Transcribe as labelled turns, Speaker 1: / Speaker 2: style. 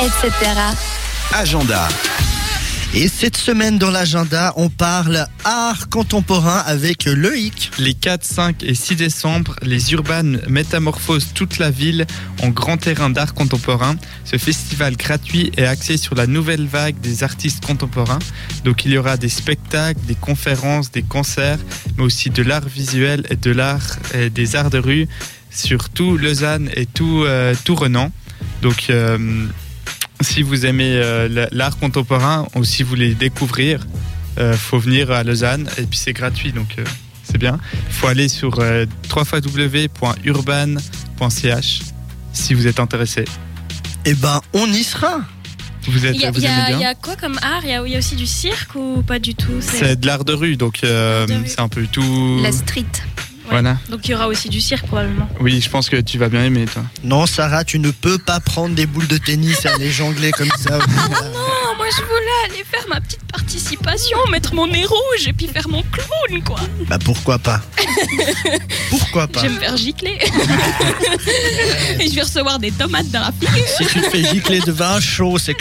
Speaker 1: etc.
Speaker 2: Agenda. Et cette semaine dans l'agenda, on parle art contemporain avec Loïc.
Speaker 3: Les 4, 5 et 6 décembre, les Urbanes métamorphosent toute la ville en grand terrain d'art contemporain. Ce festival gratuit est axé sur la nouvelle vague des artistes contemporains. Donc il y aura des spectacles, des conférences, des concerts, mais aussi de l'art visuel et de l'art et des arts de rue sur tout Lausanne et tout, euh, tout Renan. Donc euh, si vous aimez euh, la- l'art contemporain ou si vous voulez découvrir, euh, faut venir à Lausanne et puis c'est gratuit donc euh, c'est bien. Il faut aller sur euh, www.urban.ch si vous êtes intéressé.
Speaker 2: Eh ben, on y sera.
Speaker 3: Vous êtes
Speaker 1: Il y, a-
Speaker 3: vous
Speaker 1: il y a-
Speaker 3: aimez
Speaker 1: il y
Speaker 3: bien.
Speaker 1: a quoi comme art Il y a, il y a aussi du cirque ou pas du tout c'est-
Speaker 3: C'est de l'art de rue donc euh,
Speaker 1: L'art de rue.
Speaker 3: c'est un peu tout.
Speaker 4: La street.
Speaker 3: Voilà.
Speaker 1: Donc il y aura aussi du cirque probablement.
Speaker 3: Oui, je pense que tu vas bien aimer toi.
Speaker 2: Non, Sarah, tu ne peux pas prendre des boules de tennis et aller jongler comme ça.
Speaker 1: Non, moi je voulais aller faire ma petite participation, mettre mon nez rouge et puis faire mon clown quoi.
Speaker 2: Bah pourquoi pas Pourquoi pas
Speaker 1: Je vais me faire gicler. et je vais recevoir des tomates dans la figure.
Speaker 2: Si tu te fais gicler de vin chaud, c'est